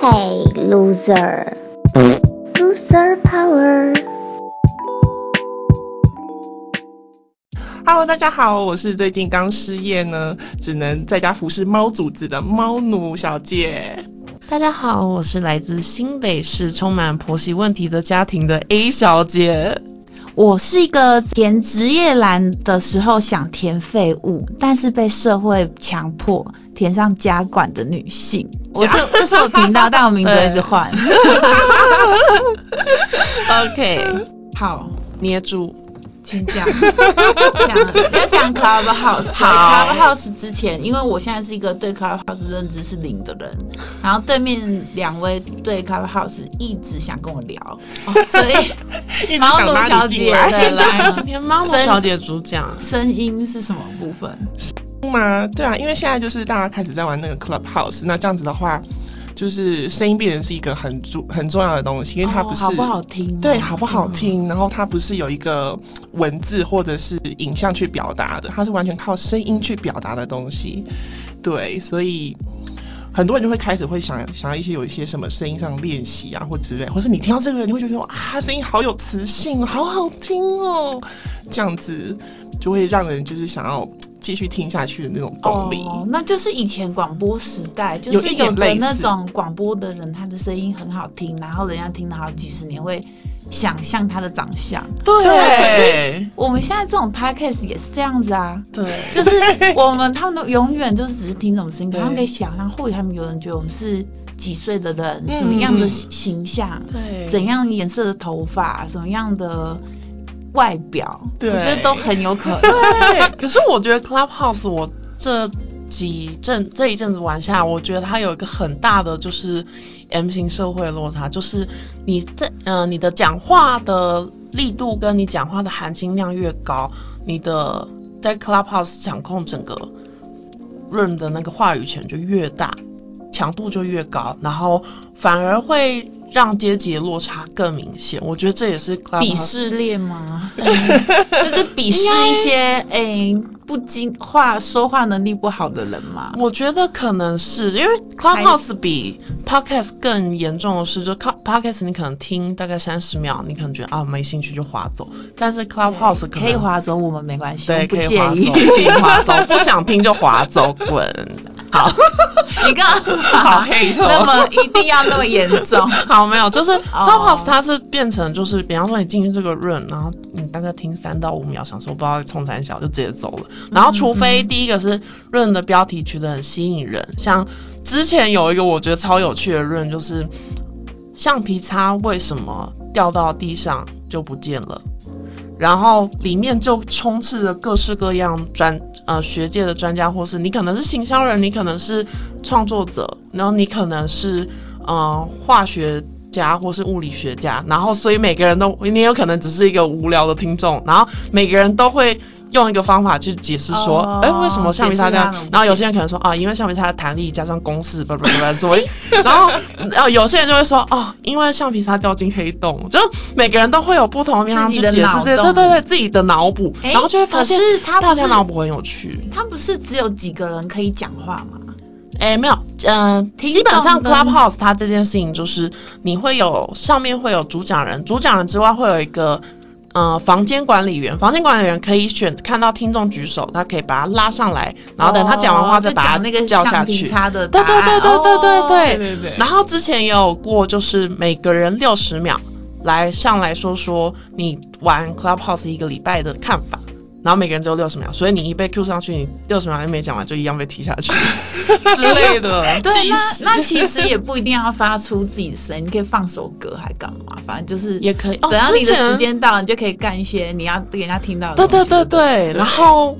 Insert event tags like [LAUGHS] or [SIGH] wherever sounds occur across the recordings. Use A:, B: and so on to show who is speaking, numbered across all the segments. A: Hey loser, loser power.
B: Hello，大家好，我是最近刚失业呢，只能在家服侍猫主子的猫奴小姐。
C: 大家好，我是来自新北市充满婆媳问题的家庭的 A 小姐。
D: 我是一个填职业栏的时候想填废物，但是被社会强迫填上家管的女性。我这这是我频道，但我名字一直换。 [LAUGHS]
C: OK，
D: 好，
C: 捏住，
D: 先这样，这样要讲 Clubhouse。
C: 好
D: Clubhouse 之前，因为我现在是一个对 Clubhouse 认知是零的人，然后对面两位对 Clubhouse 一直想跟我聊，所以
B: [LAUGHS] 一直
D: 猫
B: 想
D: 奴
B: 拉
D: 小
B: 你进
D: 姐
B: 来， [LAUGHS]
D: 对来，
C: 今天猫奴
D: 声
C: 小姐主讲，
D: 声音是什么部分？
B: 吗？对啊，因为现在就是大家开始在玩那个 Clubhouse，那这样子的话，就是声音变成是一个很重很重要的东西，因为它
D: 哦
B: 不是、
D: 好不好听哦
B: 对，好不好
D: 嗯
B: 听，然后它不是有一个文字或者是影像去表达的，它是完全靠声音去表达的东西。对，所以很多人就会开始会想想要一些有一些什么声音上的练习啊，或之类，或是你听到这个人，你会觉得哇，他声音好有磁性，好好听哦，这样子就会让人就是想要继续听下去的那种动力。
D: 哦，那就是以前广播时代，就
B: 有
D: 是
B: 一点
D: 有的
B: 类似
D: 那种广播的人，他的声音很好听，然后人家听了好几十年会想象他的长相。
C: 对
D: 我们现在这种 podcast 也是这样子啊，
C: 对，
D: 就是我们他们都永远就是只是听我们声音，可
B: 对
D: 他们可以想象，或许他们有人觉得我们是几岁的人，
B: 嗯
D: 什么样的形象，
C: 对
D: 怎样颜色的头发，什么样的外表，
B: 对
D: 我觉得都很有可能。
C: [LAUGHS] 对，可是我觉得 Clubhouse 我这几阵这一阵子玩下来，我觉得它有一个很大的就是 M 型社会落差，就是你在呃你的讲话的力度跟你讲话的含金量越高，你的在 Clubhouse 掌控整个 room 的那个话语权就越大，强度就越高，然后反而会让阶级的落差更明显。我觉得这也是 Clubhouse
D: 鄙视链吗？
C: [LAUGHS]
D: 就是鄙视一些诶、不经话说话能力不好的人嘛。
C: 我觉得可能是因为 Clubhouse 比 Podcast 更严重的是，就 Club Podcast 你可能听大概三十秒，你可能觉得啊没兴趣就划走，但是 Clubhouse 可能
D: 可以划走我们没关系，我
C: 对，
D: 们不
C: 可以
D: 介
C: 划
D: 意
C: 走，。可以划走，不想听就划走，滚。好，
D: [LAUGHS] [LAUGHS] 你
C: [LAUGHS]
D: 干嘛？
C: 好黑哦
D: 那么一定要那么严重？
C: [LAUGHS] 好，没有，就是
D: 哦
C: Clubhouse 它是变成就是，比方说你进去这个 room，然后你大概听三到五秒，想说不知道在冲三小就直接走了。
D: 嗯
C: 然后除非第一个是 room 的标题取得很吸引人，像之前有一个我觉得超有趣的 room，就是橡皮擦为什么掉到地上就不见了。然后里面就充斥着各式各样专呃学界的专家，或是你可能是行销人，你可能是创作者，然后你可能是呃化学家或是物理学家，然后所以每个人都你也有可能只是一个无聊的听众，然后每个人都会。用一个方法去解释说
D: 哦，
C: 哎、为什么橡皮擦这样
D: 解释它的？
C: 然后有些人可能说，啊，因为橡皮擦的弹力加上公式，不不不，所以， [LAUGHS] 然后，呃，有些人就会说，哦，因为橡皮擦掉进黑洞，就每个人都会有不同的面向
D: 自己
C: 去
D: 的
C: 解释
D: 脑
C: 这些，对
D: 洞
C: 对对，自己的脑补，
D: 诶
C: 然后就会发现
D: 可是他不
C: 大家
D: 是
C: 脑补很有趣。
D: 他不是只有几个人可以讲话吗？
C: 哎，没有，嗯、
D: 呃听
C: 基本上
D: 众跟
C: Clubhouse 它这件事情就是你会有上面会有主讲人，主讲人之外会有一个。呃，房间管理员，房间管理员可以选看到听众举手，他可以把他拉上来，然后等他讲完话
D: 哦
C: 再
D: 就
C: 把他
D: 讲那个
C: 叫下
D: 橡
C: 去。
D: 皮擦的答
C: 对对
D: 案，
C: 对对对对哦
B: 对
C: 对
B: 对对
C: 然后之前也有过，就是每个人六十秒来上来说说你玩 Clubhouse 一个礼拜的看法，然后每个人只有六十秒，所以你一被 Q 上去，你六十秒还没讲完就一样被踢下去 [LAUGHS] 之类的。 [LAUGHS]
D: 对，
B: 计
D: 那
B: 时
D: 那其实也不一定要发出自己的声音，你可以放首歌还干嘛？反正就是
C: 也可以哦
D: 只要你的
C: 之前
D: 时间到了，你就可以干一些你要给人家听到的
C: 对
D: 东
C: 对
D: 西。
C: 对
D: 不
C: 对，然后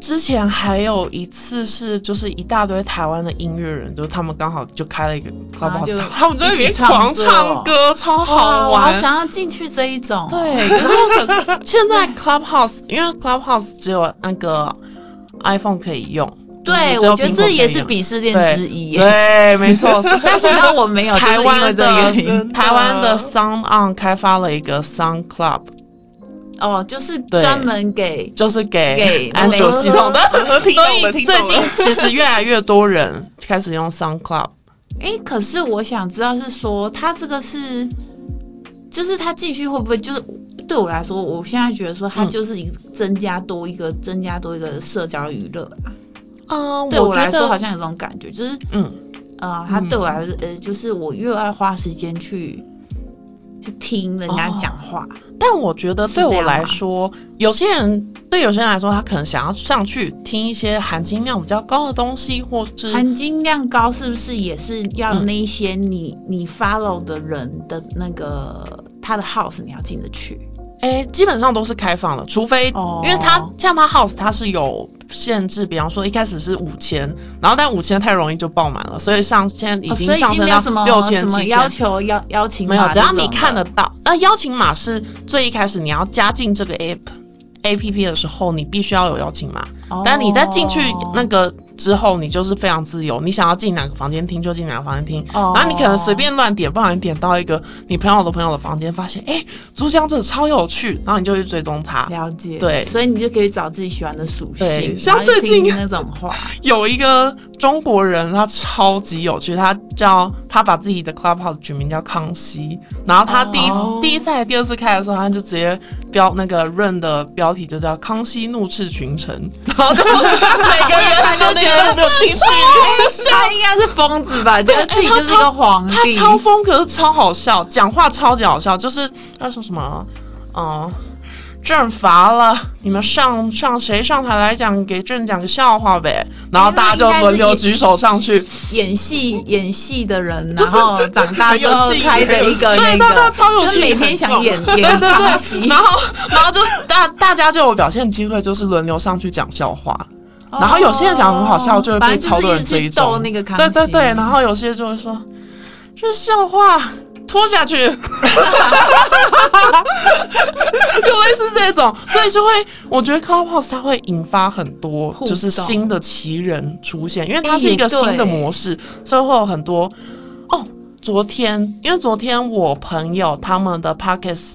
C: 之前还有一次是，就是一大堆台湾的音乐人，就是他们刚好就开了一个
D: 啊就
C: clubhouse，、他们就在里面
D: 一起创
C: 狂
D: 作
C: 唱歌，超好
D: 哇我好
C: 玩。
D: 想要进去这一种。
C: 对，然后可 [LAUGHS] 现在 clubhouse，因为 clubhouse 只有那个 iPhone 可以用。就是只
D: 对，
C: 有
D: 我觉得
C: 苹果
D: 这
C: 可以
D: 也是
C: 用
D: 鄙视链
C: 对
D: 之一耶。
C: 对，没错。是但是
D: 然后我没有，就是
C: 台
D: 因为
C: 湾
D: 这个
C: 的
D: 原因。
C: 台
D: [LAUGHS]
C: 湾的 Sound On 开发了一个 Sound Club，
D: 哦，就是
C: 对
D: 专门给
C: 就是给
D: 给
C: 安
D: 那
C: 卓
D: 个
C: 系统的，
B: 嗯嗯嗯听懂了
C: 所以
B: 听懂
C: 最
B: 了
C: 近其实越来越多人开始用 Sound Club，
D: 哎、可是我想知道是说，他这个是，就是他继续会不会就是对我来说，我现在觉得说他
C: 嗯
D: 就是一个增加多一个、增加多一个社交娱乐啊。
C: 嗯，
D: 对我
C: 觉
D: 来说
C: 得
D: 好，像有这种感觉，就是
C: 嗯，
D: 呃，他对
C: 嗯
D: 我来说，呃，就是我越爱花时间去去听人家
C: 哦
D: 讲话，
C: 但我觉得
D: 是
C: 对
D: 这
C: 我
D: 样啊
C: 来
D: 吗
C: 说，有些人对有些人来说，他可能想要上去听一些含金量比较高的东西，或是
D: 含金量高是不是也是要
C: 嗯
D: 那一些你、你 follow 的人的那个他的 house 你要进得去？
C: 哎、基本上都是开放的，除非、
D: 哦
C: 因为它像它 house 它是有限制，比方说一开始是五千，然后但五千太容易就爆满了，所以上现在已
D: 哦
C: 经上
D: 所以已经
C: 升
D: 没有什
C: 到
D: 么
C: 六千、
D: 什么
C: 七
D: 要
C: 千。
D: 求邀邀请
C: 没有
D: 码，
C: 只要
D: 这
C: 你
D: 种
C: 看
D: 的
C: 得到。那邀请码是最一开始你要加进这个 app A P P 的时候，你必须要有邀请码。
D: 哦
C: 但你在进去那个之后，你就是非常自由，你想要进哪个房间听就进哪个房间听。
D: 哦
C: 然后你可能随便乱点，不然你点到一个你朋友的朋友的房间，发现哎、诶主讲者超有趣，然后你就去追踪他。
D: 了解，
C: 对
D: 所以你就可以找自己喜欢的属性，
C: 对
D: 然后
C: 像最
D: 去听
C: 近
D: 那种
C: [LAUGHS]
D: 话，
C: 有一个中国人，他超级有趣，他叫他把自己的 clubhouse 取名叫康熙，然后他第一、
B: 哦
C: 第一次还第二次开的时候，他就直接标那个 run 的标题就叫康熙怒斥群臣，然后
D: [LAUGHS]
C: 就每个人
B: 看到那个人没有进去，
D: 哎他应该是疯子吧，觉得自己
C: 哎他
D: 就是一个
C: 超
D: 皇
C: 他
D: 帝，
C: 超疯，可是超好笑，讲话超级好笑，就是他说什么，嗯、朕罚了，你们上上谁上台来讲给朕讲个笑话呗，然后大家就轮流举手上去，
D: 演戏演戏的人，
C: 就
D: 然
C: 是
D: 后长大之后
B: 很有戏
D: 开的一个
C: 对
D: 那
C: 大
D: 个，
C: 家超有
D: 就是
C: 戏
D: 每天想
C: [LAUGHS]
D: 演
B: 很
D: 演
C: 对对
D: 康
C: 对，
D: 熙，
C: 然后然后就是大大家就有表现机会，就是轮流上去讲笑话。然后有些人讲得很好笑，就会被超多人追
D: 哦反正就是一直去逗
C: 踪。
D: 那个康熙
C: 对对对，然后有些就会说，这笑话拖下
D: [LAUGHS]
C: 去，就会是这种，所以就会，我觉得 Clubhouse 它会引发很多
D: 互动
C: 就是新的奇人出现，因为它是一个新的模式，所以会有很多。哦，昨天因为昨天我朋友他们的 Pockets。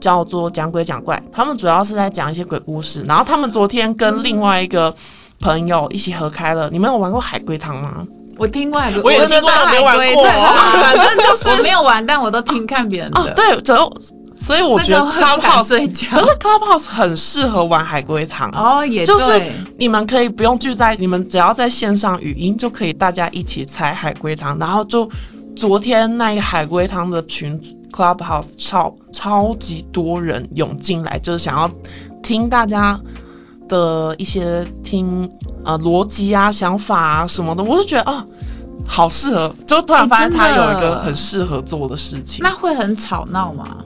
C: 叫做讲鬼讲怪，他们主要是在讲一些鬼故事。然后他们昨天跟另外一个朋友一起合开了。你们有玩过海龟汤吗？
D: 我听过海龟，
B: 我也
D: 有
B: 听过
D: 海
B: 没
D: 龟
B: 玩过
D: 对反正就是我没有玩，但我都听看别人的。
C: 哦，，对，所以所以我觉得
D: 那个会不敢
C: Clubhouse
D: 睡觉
C: 可是 Clubhouse 很适合玩海龟汤。啊
D: 哦也
C: 就
D: 对
C: 是你们可以不用聚在，你们只要在线上语音就可以大家一起猜海龟汤，然后就昨天那个海龟汤的群 Clubhouse 超超级多人涌进来，就是想要听大家的一些听呃逻辑啊、想法啊什么的，我就觉得哦。好适合，就突然发现它
D: 哎真的
C: 有一个很适合做的事情。
D: 那会很吵闹吗？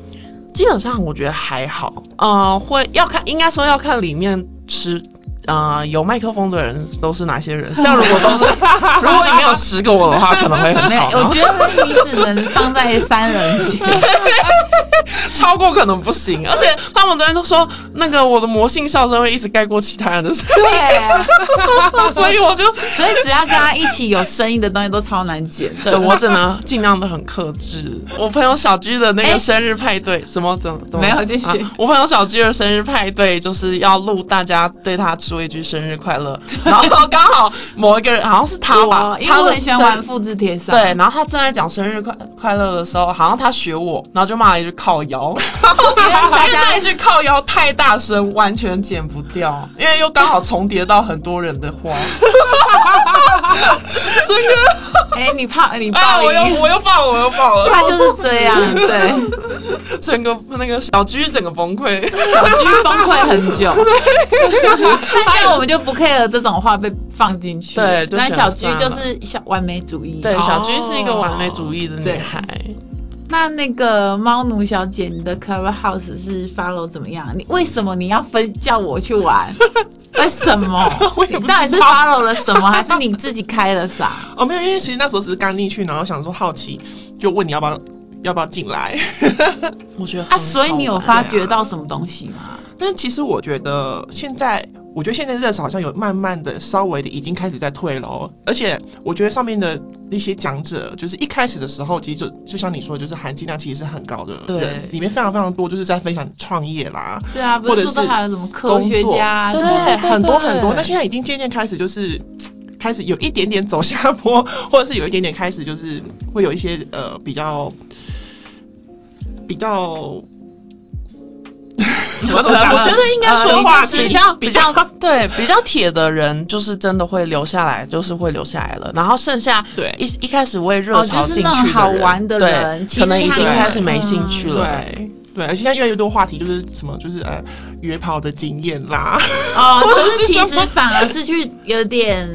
C: 基本上我觉得还好，呃，会要看，应该说要看里面吃。呃，有麦克风的人都是哪些
D: [LAUGHS]
C: 人？像如果都是，如果里面有十个我的话，可能会很
D: 没有，
C: 吵闹。
D: 我觉得你只能放在三人间。 [LAUGHS]
C: 超过可能不行，而且他们昨天都说，那个我的魔性笑声会一直盖过其他人的声
D: [LAUGHS] 对啊，
C: 音，所以我就，
D: 所以只要跟他一起有声音的东西都超难剪的。
C: 对我只能尽量的很克
D: [LAUGHS]
C: 制。我朋友小居的那
D: 哎
C: 个生日派对，什么怎么怎么
D: 没有继续
C: 啊我朋友小居的生日派对就是要录大家对他说一句生日
D: [LAUGHS]
C: 快乐，然后刚好某一个人好像是他吧
D: 我，因为
C: 他
D: 我
C: 的
D: 很喜欢
C: 生
D: 玩复制贴上。
C: 对，然后他正在讲生日快快乐的时候，好像他学我，然后就骂了一句靠
D: [LAUGHS]
C: 腰，因为
D: 大家
C: 那一句靠腰太大声，完全剪不掉，因为又刚好重叠到很多人
D: [LAUGHS]
C: 的话，所以就
D: 哎、你怕你
C: 啊，
D: 爆
C: 我
D: 音，
C: 又我又爆我又爆了，
B: [LAUGHS]
D: 他就是这样，对，
C: 整个那个小居整个崩溃，
D: 小鸡崩溃很久。但现在我们就不 care 这种话被放进去，
C: 对就
D: 但
C: 选
D: 小鸡
C: 算
D: 就
C: 了
D: 是小完美主义。
C: [LAUGHS] 对，
D: 哦
C: 小居是一个完美主义的
D: 对
C: 女孩。
D: 那那个猫奴小姐，你的 Clubhouse 是 follow 怎么样？你为什么你要分叫我去玩？为什么？
B: 我也
D: 你
B: 不知
D: 到底是
B: 道
D: follow 了什么，还是你自己开了啥？啊
B: 哦，没有，因为其实那时候只是刚进去，然后想说好奇，就问你要不要要不要进来。
C: 我觉得
D: 啊，所以你有
C: 发
D: 发觉到什么东西吗？
B: 但其实我觉得现在，我觉得现在热潮好像有慢慢的、稍微的已经开始在退了哦。而且我觉得上面的那些讲者，就是一开始的时候，其实就就像你说，就是含金量其实是很高的人，
C: 对
B: 里面非常非常多就是在分享创业啦，
D: 对啊，不
B: 或
D: 是
B: 者
D: 说都
B: 是
D: 还有什么科学家啊
B: 工
D: 什
B: 作
D: 么的
B: 对，很多很多。
C: 对
B: 那现在已经渐渐开始就是开始有一点点走下坡， [LAUGHS] 或者是有一点点开始就是会有一些呃比较比
C: [LAUGHS]
B: 较。我怎么讲
C: 我
B: 呢
C: 觉得应该
B: 呃
C: 说
B: 话
C: 就是
B: 题
C: 比较比较 [LAUGHS] 对比较铁的人，就是真的会留下来，就是会留下来了。然后剩下
B: 对
C: 一一开始为热
D: 哦
C: 潮
D: 就是
C: 进去
D: 那种好玩的
C: 对
D: 人其
C: 可能
D: 实
C: 已
D: 他嗯
C: 经
B: 们
C: 开始没兴趣了。
B: 对对，而且现在越来越多话题就是什么，就是呃约炮的经验啦，
D: 哦，
C: [LAUGHS]
B: 或
D: 就
B: 者
D: 是
B: 是
D: 其
B: 什
D: 实
B: 么
D: 反而是去有点，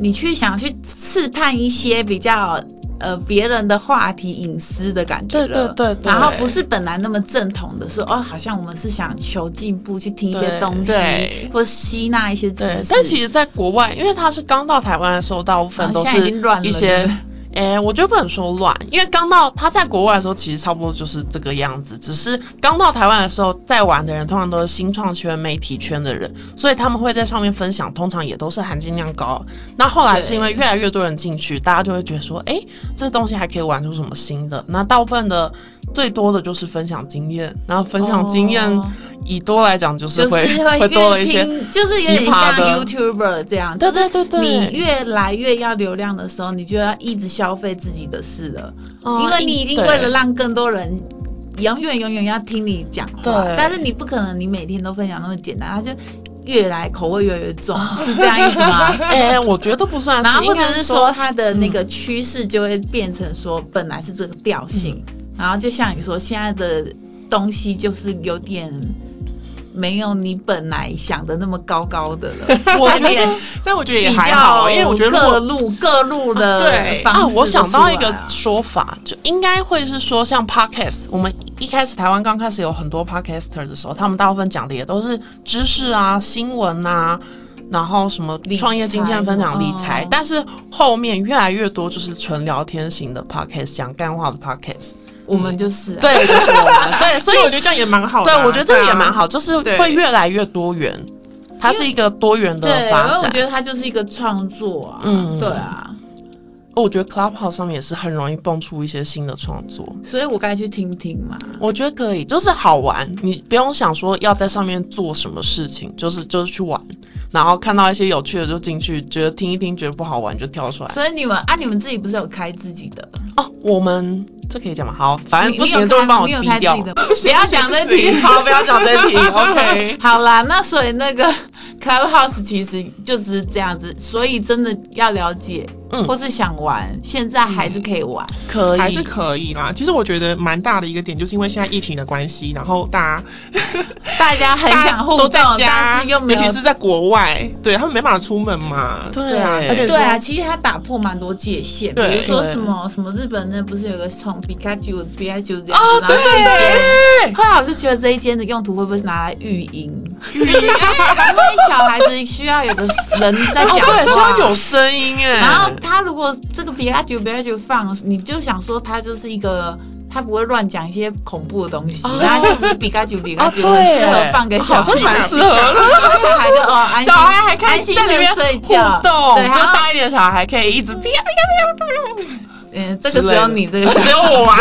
D: 你去想去刺探一些比较呃别人的话题、隐私的感觉了
C: 对对对对
D: 然后不是本来那么正统的说哦，好像我们是想求进步，去听一些
C: 对
D: 东西
B: 对，
D: 或吸纳一些知
C: 对
D: 识，。
C: 但其实，在国外，因为他是刚到台湾的时候，大部分都
D: 啊现在已
C: 是
D: 经乱了对
C: 一些
D: 不对。
C: 哎、我觉得不能说乱，因为刚到他在国外的时候，其实差不多就是这个样子。只是刚到台湾的时候，在玩的人通常都是新创圈、媒体圈的人，所以他们会在上面分享，通常也都是含金量高。那后来是因为越来越多人进去，大家就会觉得说，哎、这东西还可以玩出什么新的。那大部分的最多的就是分享经验，然后分享经验
D: 哦
C: 以多来讲，就是
D: 就是
C: 会、
D: 会
C: 会多了
D: 越
C: 一些
D: 听就是有
C: 奇
D: 点
C: 葩
D: 像
C: 的
D: YouTuber 这样，
C: 对
D: 就是
C: 对对对
D: 你越来越要流量的时候，你就要一直消费自己的事了，
C: 哦
D: 因为你已经
C: 对
D: 为了让更多人永远永远要听你讲话，
C: 对
D: 但是你不可能你每天都分享那么简单，他就越来口味越来越重，是这样意思吗？
C: [LAUGHS] 哎、我觉得不算是，
D: 然后或
C: 应
D: 者
C: 该
D: 是说嗯它的那个趋势就会变成说本来是这个调性，然后就像你说现在的东西就是有点没有你本来想的那么高高的 [LAUGHS] 了，
B: [LAUGHS]
C: 我
D: 它有
C: 觉
D: 点
C: 得
B: 但我觉得也
D: 比
B: 还好，
D: 较
B: 因为我觉得如
D: 各
B: 果
D: 路各路的
B: 对
D: 方式
C: 啊，我
D: 都
C: 想
D: 出
C: 到
D: 来
C: 一个
D: 了
C: 说法，就应该会是说像 podcast，我们一开始台湾刚开始有很多 podcaster 的时候，他们大部分讲的也都是知识啊、新闻啊。然后什么
D: 理
C: 创业经
D: 财
C: 验分享理
D: 哦
C: 财，但是后面越来越多就是纯聊天型的 podcast，讲干话的 podcast，
D: 我们就是、啊、
C: 对，就是我们对，所
B: 所
C: 以
B: 以我觉得这样也蛮好的啊、
C: 对我觉得这个也蛮好，
B: 对啊。
C: 就是
B: 对
C: 会越来越多元，它是一个多元的
D: 对，
C: 发
D: 因为
C: 展。
D: 我觉得它就是一个创作啊，
C: 嗯
D: 对啊，
C: 哦我觉得 Clubhouse 上面也是很容易蹦出一些新的创作，
D: 所以我该去听听嘛。
C: 我觉得可以，就是好玩，你不用想说要在上面做什么事情，就是就是去玩，然后看到一些有趣的就进去，觉得听一听觉得不好玩就跳出来。
D: 所以你们啊，你们自己不是有开自己的？
C: 哦，我们这可以讲吗？好，反正
D: 你
C: 不
D: 你有
C: 行就
D: 开
C: 帮我
D: 你
C: 逼
D: 有开自
C: 掉
D: 己。
C: [LAUGHS]
D: 的吗不要讲这
B: 不行
D: 题
B: 不，行
C: 好，不要讲这
D: [LAUGHS]
C: 题，OK。
D: 好啦，那所以那个 [LAUGHS] Clubhouse 其实就是这样子，所以真的要了解，
C: 嗯
D: 或是想玩，现在还是可以玩。
C: 可以，
B: 还是可以啦。其实我觉得蛮大的一个点，就是因为现在疫情的关系，然后大家
D: 大家很想
B: 大
D: 互
B: 家都
D: 动，
B: 在家，
D: 但是又没
B: 尤
D: 有。
B: 其是在国外，对他们没办法出门嘛。
C: 对
B: 啊，而且
D: 对啊，
B: 说
D: 其实它打破蛮多界限，比
B: 对
D: 如说
C: 对
D: 什么什么日本那不是有个从皮卡丘皮卡丘这样
C: 哦
D: 子，然，后就一间哎
C: 对，
D: 后来我就觉得这一间的用途会不会是拿来育婴？
C: [LAUGHS]
D: 育婴，因为小孩子需要有个人在
C: 哦
D: 讲话，
C: 对，需要有声音哎。
D: 然后他如果这个比拉酒比拉酒放，你就想说他就是一个。他不会乱讲一些恐怖的东西，
C: 哦
D: 然后就是比嘎啾比嘎
C: [LAUGHS] 哦，
D: 啾，很
C: 对，
D: 适合放给小
C: 好像
D: 孩
C: 蛮。适合的。
D: 然后小孩就
C: [LAUGHS]
D: 哦安心，
C: 小孩还可以
D: 安心
C: 在里
D: 地
C: 面
D: 睡觉，
C: 互动，
D: 对，
C: 就
D: 然后
C: 大一点的小孩还可以一直啪啪啪啪啪
D: 嗯，这个只有你这个小
C: 啪， [LAUGHS] 只
D: 孩
C: 有我啊。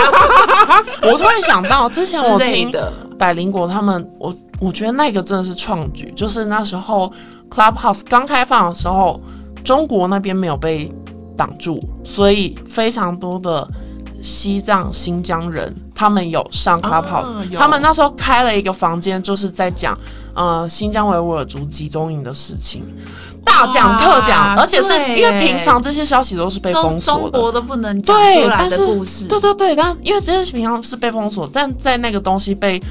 D: [LAUGHS]
C: 我突然想到，之前我
D: 之类
C: 听
D: 的
C: 百灵果他们，我我觉得那个真的是创举，就是那时候 Clubhouse 刚开放的时候，中国那边没有被挡住，所以非常多的西藏、新疆人他们有上
D: 啊
C: Clubhouse，、
B: 有
C: 他们那时候开了一个房间，就是在讲呃新疆维吾尔族集中营的事情。大讲特讲，
D: 哇
C: 而且是
D: 对
C: 因为平常这些消息都是被封
D: 中
C: 锁的，
D: 中国都不能讲出
C: 对，
D: 来
C: 但
D: 的
C: 是
D: 故事，
C: 对对对，但因为这些平常是被封锁，但在那个东西被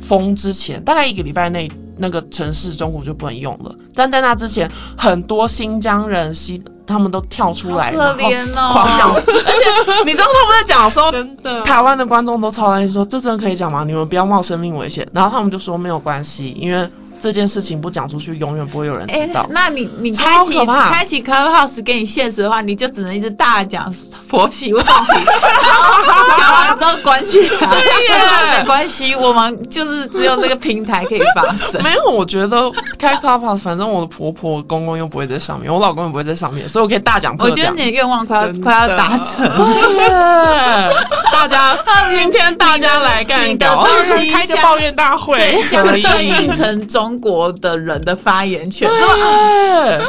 C: 封之前，大概一个礼拜内，那个城市中国就不能用了。但在那之前，很多新疆人、西他们都跳出来，
D: 好可怜
C: 然
D: 哦
C: 后狂讲，而且你知道他们在讲
D: [LAUGHS]
C: 的时候，
B: 真的
C: 台湾的观众都超担心说，这真的可以讲吗？你们不要冒生命危险。然后他们就说没有关系，因为这件事情不讲出去，永远不会有人知
D: 哎、
C: 道。
D: 那你你
C: 超
D: 开启
C: 可怕
D: 开启 Clubhouse 给你现实的话，你就只能一直大讲婆
C: [LAUGHS]
D: 媳问题，然后讲完之后关系啊，
C: 对耶
D: 没关系，我们就是只有这个平台可以发声。
C: 没有，我觉得开 Clubhouse，反正我的婆婆、公公又不会在上面，我老公也不会在上面，所以我可以大讲特
D: 我觉得
C: 讲。
D: 你的愿望快要
B: 真的
D: 快要达成。
C: [LAUGHS] 对，大家今天大家来干掉，
D: 你的东西
C: [LAUGHS]
B: 开个抱怨大会
D: 对，，相
C: 可以
D: 啊对应成中国的人的发言权。
C: 对，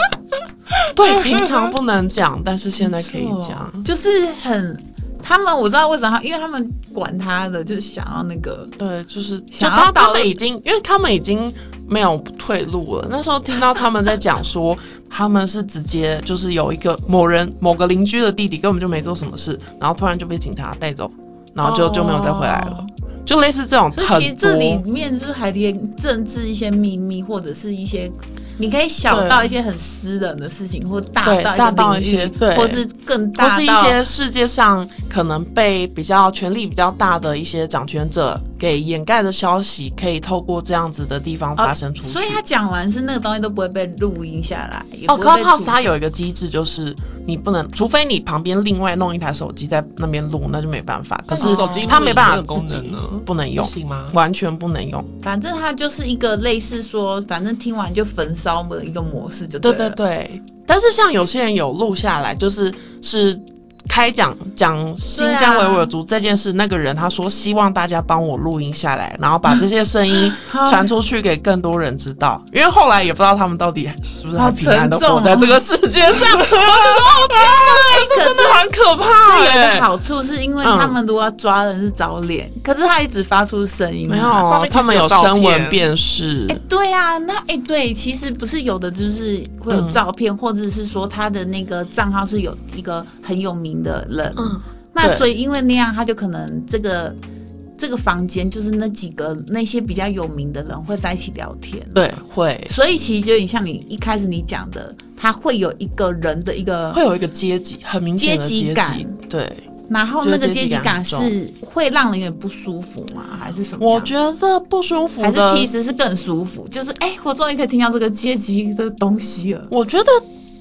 C: 对，平常不能讲，但是现在可以讲。
D: 就是很他们我知道为什么他，因为他们管他的，就是想要那个
C: 对，就是就
D: 想
C: 他
D: 要
C: 他
D: 导
C: 们已经，因为他们已经没有退路了。那时候听到他们在讲说，他们是直接就是有一个某人某个邻居的弟弟根本就没做什么事，然后突然就被警察带走，然后就、就没有再回来了，就类似这种
D: 哦所
C: 很
D: 以其
C: 多。
D: 实这里面就是还连政治一些秘密，或者是一些你可以小
C: 对
D: 到一些很私人的事情，或大
C: 对
D: 到
C: 大到
D: 一
C: 一
D: 个领
C: 些
D: 域
C: 对
D: 或是更
C: 或
D: 大
C: 是一
D: 到哦
C: 些世界上可能被比较权力比较大的一些掌权者给掩盖的消息，可以透过这样子的地方
D: 哦
C: 发生出去。
D: 所以他讲完是那个东西都不会被录音下来，也
C: 哦
D: 不会被
C: ，Clubhouse
D: 处
C: 它有一个机制，就是你不能，除非你旁边另外弄一台手机在那边录，那就没办法。可
B: 但
C: 是
B: 是手机
C: 它没办法
B: 功
C: 自己
B: 能呢，
C: 不能用
B: 不，行吗？
C: 完全不能用。
D: 反正它就是一个类似说，反正听完就焚烧的一个模式就
C: 对
D: 对
C: 对
D: 了
C: 对，但是像有些人有录下来，就是是开讲讲新疆维吾尔族这件事，那个人他说希望大家帮我录音下来，然后把这些声音
D: 好
C: 传出去给更多人知道，因为后来也不知道他们到底是不是还
D: 好
C: 平安的
D: 沉重哦
C: 活在这个世界上。我就说，哦天哪，这真的很可怕
D: 这有一
C: 哎
D: 个。好处是因为
C: 嗯
D: 他们如果要抓人是找脸，可是他一直发出声音、啊，
C: 没有
B: 上
C: 啊
B: 面，其实
C: 他们
B: 有照
C: 声纹
B: 片
C: 辨识
D: 哎、，对啊，那哎、对，其实不是有的就是会有
C: 嗯
D: 照片，或者是说他的那个账号是有一个很有名的人，
C: 嗯，
D: 那
C: 对
D: 所以因为那样，他就可能这个这个房间就是那几个那些比较有名的人会在一起聊天，
C: 对，会
D: 所以其实就有点像你一开始你讲的，他会有一个人的一个
C: 会有一个阶级，很明显的
D: 阶级
C: 阶
D: 感
C: 级，对。
D: 然后那个
C: 就
D: 阶
C: 是阶级
D: 级
C: 感
D: 感
C: 很重
D: 是会让人有点不舒服吗？还是什么样？
C: 我觉得不舒服
D: 还是
C: 的，
D: 其实是更舒服，就是哎、我终于可以听到这个阶级的东西了。
C: 我觉得，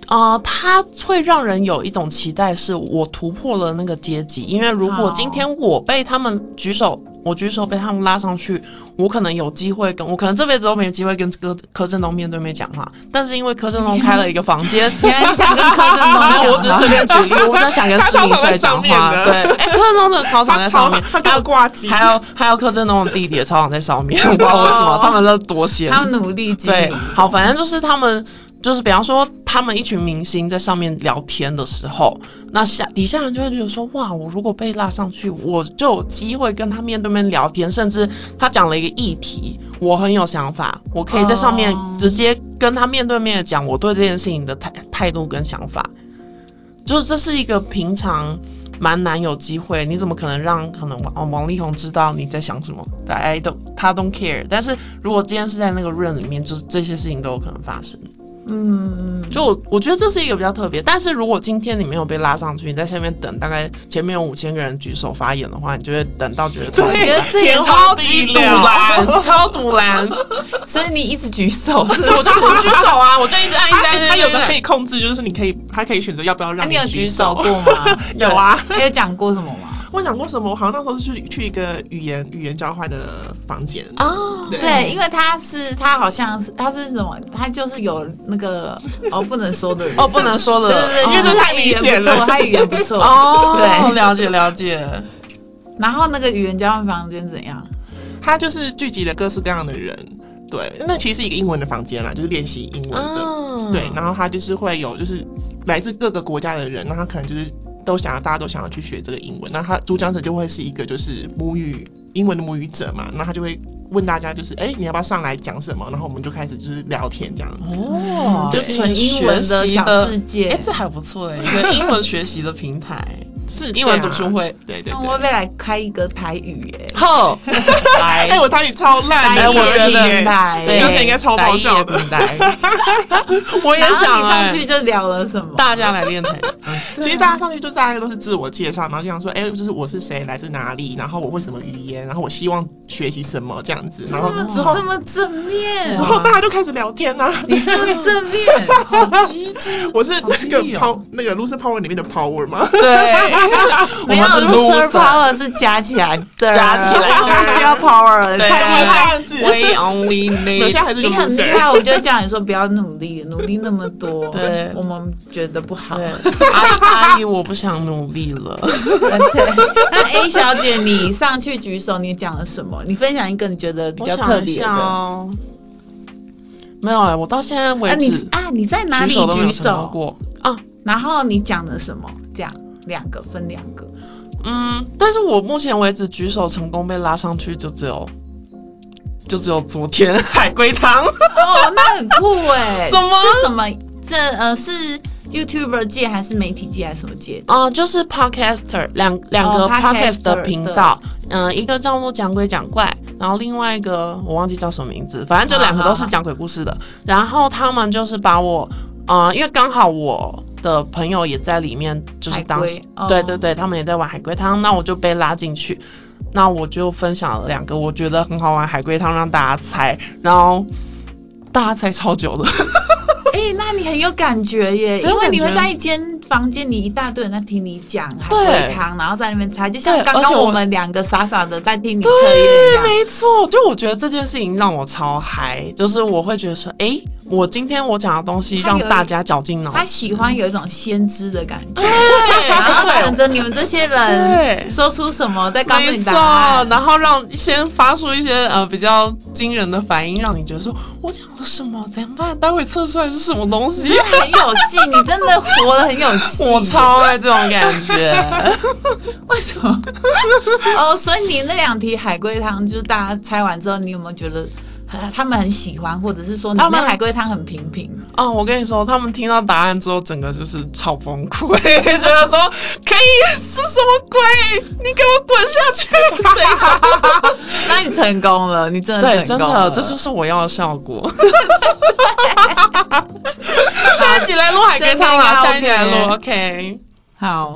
C: 呃，它会让人有一种期待，是我突破了那个阶级。因为如果
D: 好
C: 今天我被他们举手，我举手被他们拉上去，我可能有机会跟我可能这辈子都没有机会跟柯柯震东面对面讲话。但是因为柯震东开了一个房间，
D: 原来 [LAUGHS] 你想跟柯震东讲话
C: [LAUGHS] 我只是随便举例，我比较想跟
B: 他
C: 施
B: 超
C: 明
B: 常在
C: 帅讲
B: 上面
C: 话。
B: 的
C: 对，哎、柯震东
D: [LAUGHS]
C: 的操场在
B: 他
C: 上
B: 超
C: 面，
B: 他给我挂机，
C: 还有还有柯震东的弟弟的操场在上面，我不知道为什
D: [LAUGHS]
C: 么他们都多闲。
D: 他努力经
C: 对
D: 营，，
C: 好，反正就是他们，就是比方说他们一群明星在上面聊天的时候，那下底下人就会觉得说，哇，我如果被拉上去，我就有机会跟他面对面聊天，甚至他讲了一个议题，我很有想法，我可以在上面
D: 哦
C: 直接跟他面对面的讲我对这件事情的态态度跟想法，就是这是一个平常。蛮难有机会，你怎么可能让可能王哦王力宏知道你在想什么？I don't，他 don't care。但是如果今天是在那个 room 里面，就是这些事情都有可能发生。
D: 嗯，
C: 就我我觉得这是一个比较特别。但是如果今天你没有被拉上去，你在下面等，大概前面有五千个人举手发言的话，你就会等到觉得超
D: 我觉得这也
B: 天
C: 超
B: 荒
C: 级
B: 地
C: 堵
B: 老。
C: [LAUGHS] 然，超堵然。
D: 所以你一直举手，是不是
C: 我就狂举手啊，我就一直按一
B: 他
C: 直按一直按。
B: 他有的
C: 一直按
B: 可以控制，就是你可以，他可以选择要不要
D: 那
B: 让
D: 哎你有举
B: 举
D: 手过
C: [LAUGHS]
D: 吗？
B: [LAUGHS] 有啊，
D: 你有讲过什么吗？
B: 我讲过什么？我好像那时候是去去一个语言语言交换的房间，
D: 啊
C: 哦，
B: 对
D: [LAUGHS] 对，因为他是他好像是他是什么？他就是有那个哦，不能说的
C: 哦不能说的
D: 对对对，
C: 哦
D: 因为就是他语言
B: 太明显
D: 不错，
B: 了
D: 他语言不错
C: 哦，
D: 对。
C: 了解了解。
D: 然后那个语言交换房间怎样？
B: 他就是聚集了各式各样的人。对，那其实是一个英文的房间啦，就是练习英文
D: 啊
B: 的。
C: 嗯，
B: 对，然后他就是会有就是来自各个国家的人，那他可能就是都想要大家都想要去学这个英文，那他主讲者就会是一个就是母语英文的母语者嘛，那他就会问大家就是哎、你要不要上来讲什么？然后我们就开始就是聊天这样子。
C: 哦，
D: 嗯就纯英文的小世界
C: 哎，这还不错
D: [LAUGHS]
C: 哎，一个英文学习的平台，
B: 是
C: 英文读书会，
B: 对啊对对对。
D: 那我会不会来开一个台语耶？
C: [LAUGHS] 吼，
B: 哎、
C: 来，
B: 我台语超烂
D: 来
B: 的，我
D: 夜
B: 觉得
D: 平台
B: 对，真的应该超爆笑的。
C: 来，我也
D: 然后
C: 想
D: 你
C: 哎
D: 上去，就聊了什么？
C: 大家来练台，
B: [LAUGHS] 其实大家上去就大概都是自我介绍，然后就想说，哎、就是我是谁，来自哪里，然后我会什么语言，然后我希望学习什么这样子，然后
C: 哦
B: 之后
D: 哦这么正面
B: 之，后大家就开始聊天啦、
D: 你这么正面，
B: [LAUGHS]
C: [LAUGHS]
B: 我是那个
C: 好激烈
B: power、
C: 哦
B: 那个 loser power 里面的 power 吗？ [LAUGHS]
C: 对，我
D: 没有
C: 们是
D: loser power 是加起来的，
C: 加起来的
D: 我们需要 power，
C: 对
D: 太厉害。
C: ，We only
B: 没有，现在还
C: need。
B: 是
D: 你
B: 个
D: 很厉
B: loser。
D: 害，我就叫你说不要努力，努力那么多，
C: 对
D: 我们觉得不好。
C: 对
D: 对，， [LAUGHS]
C: 阿阿姨，哎我不想努力了。
D: 那 A 小姐，你上去举手，你讲了什么？你分享一个你觉得比较特别
C: 我想一下
D: 的，
C: 哦。没有哎、我到现在为
D: 啊
C: 止，
D: 你啊你在哪里
C: 举手都没有
D: 举
C: 成功
D: 手？
C: 过啊？
D: 然后你讲了什么？这样两个分两个，
C: 嗯，但是我目前为止举手成功被拉上去就只有，就只有昨天海龟汤。
D: 哦，那很酷哎、
C: 什么
D: 是什么？这呃是 YouTuber 界还是媒体界还是什么界的？
C: 啊、就是 podcaster 两两个
D: 哦
C: podcast 的
D: podcaster，
C: 频道，嗯、一个叫做讲鬼讲怪，然后另外一个我忘记叫什么名字，反正这两个都是讲鬼故事的。然后他们就是把我，啊、因为刚好我的朋友也在里面，就是当
D: 海
C: 时
D: 龟、哦
C: 对对对，他们也在玩海龟汤，那我就被拉进去。那我就分享了两个我觉得很好玩的海龟汤让大家猜，然后大家猜超久的， [LAUGHS]
D: 哎、那你很有感觉耶，
C: 很有
D: 因为你会
C: 感觉
D: 在一间房间，你一大堆人在听你讲海
C: 对
D: 龟汤，然后在那边猜，就像
C: 对
D: 刚
C: 而
D: 刚
C: 且我
D: 我们两个傻傻的在听你测验一
C: 对，
D: 样。
C: 没错，就我觉得这件事情让我超嗨，就是我会觉得说，诶，我今天我讲的东西
D: 他有
C: 让大家绞尽脑
D: 他
C: 汁。
D: 喜欢有一种先知的感觉，
C: 对，
D: 然后
C: 然后
D: 等着你们这些人
C: 对
D: 说出什么，再告诉
C: 没
D: 你
C: 错
D: 答，案。
C: 然后让先发出一些呃比较惊人的反应，让你觉得说我讲了什么，怎么办？待会测出来是什么东
D: 你
C: 西 [LAUGHS]
D: 真？的很有戏，你真的活得很有戏。
C: 我超爱这种感 [LAUGHS] 觉。
D: 为什么？ [LAUGHS] 哦，所以你那两题海龟汤，就是大家猜完之后，你有没有觉得呃他们很喜欢，或者是说你
C: 他
D: 那
C: 们
D: 海龟汤很平平？
C: 哦，我跟你说，他们听到答案之后，整个就是超崩溃， [LAUGHS] 觉得说可以是什么鬼？你给我滚下去！这一 [LAUGHS] 种
D: 那你成功了，你真的
C: 对，
D: 成
C: 真
D: 功
C: 的，
D: 了，
C: 这就是我要的效
D: [LAUGHS]
C: 果。下一集来录海龟汤啦，
D: 真的要
C: 下一集来
D: OK
C: 录，OK。
D: 好。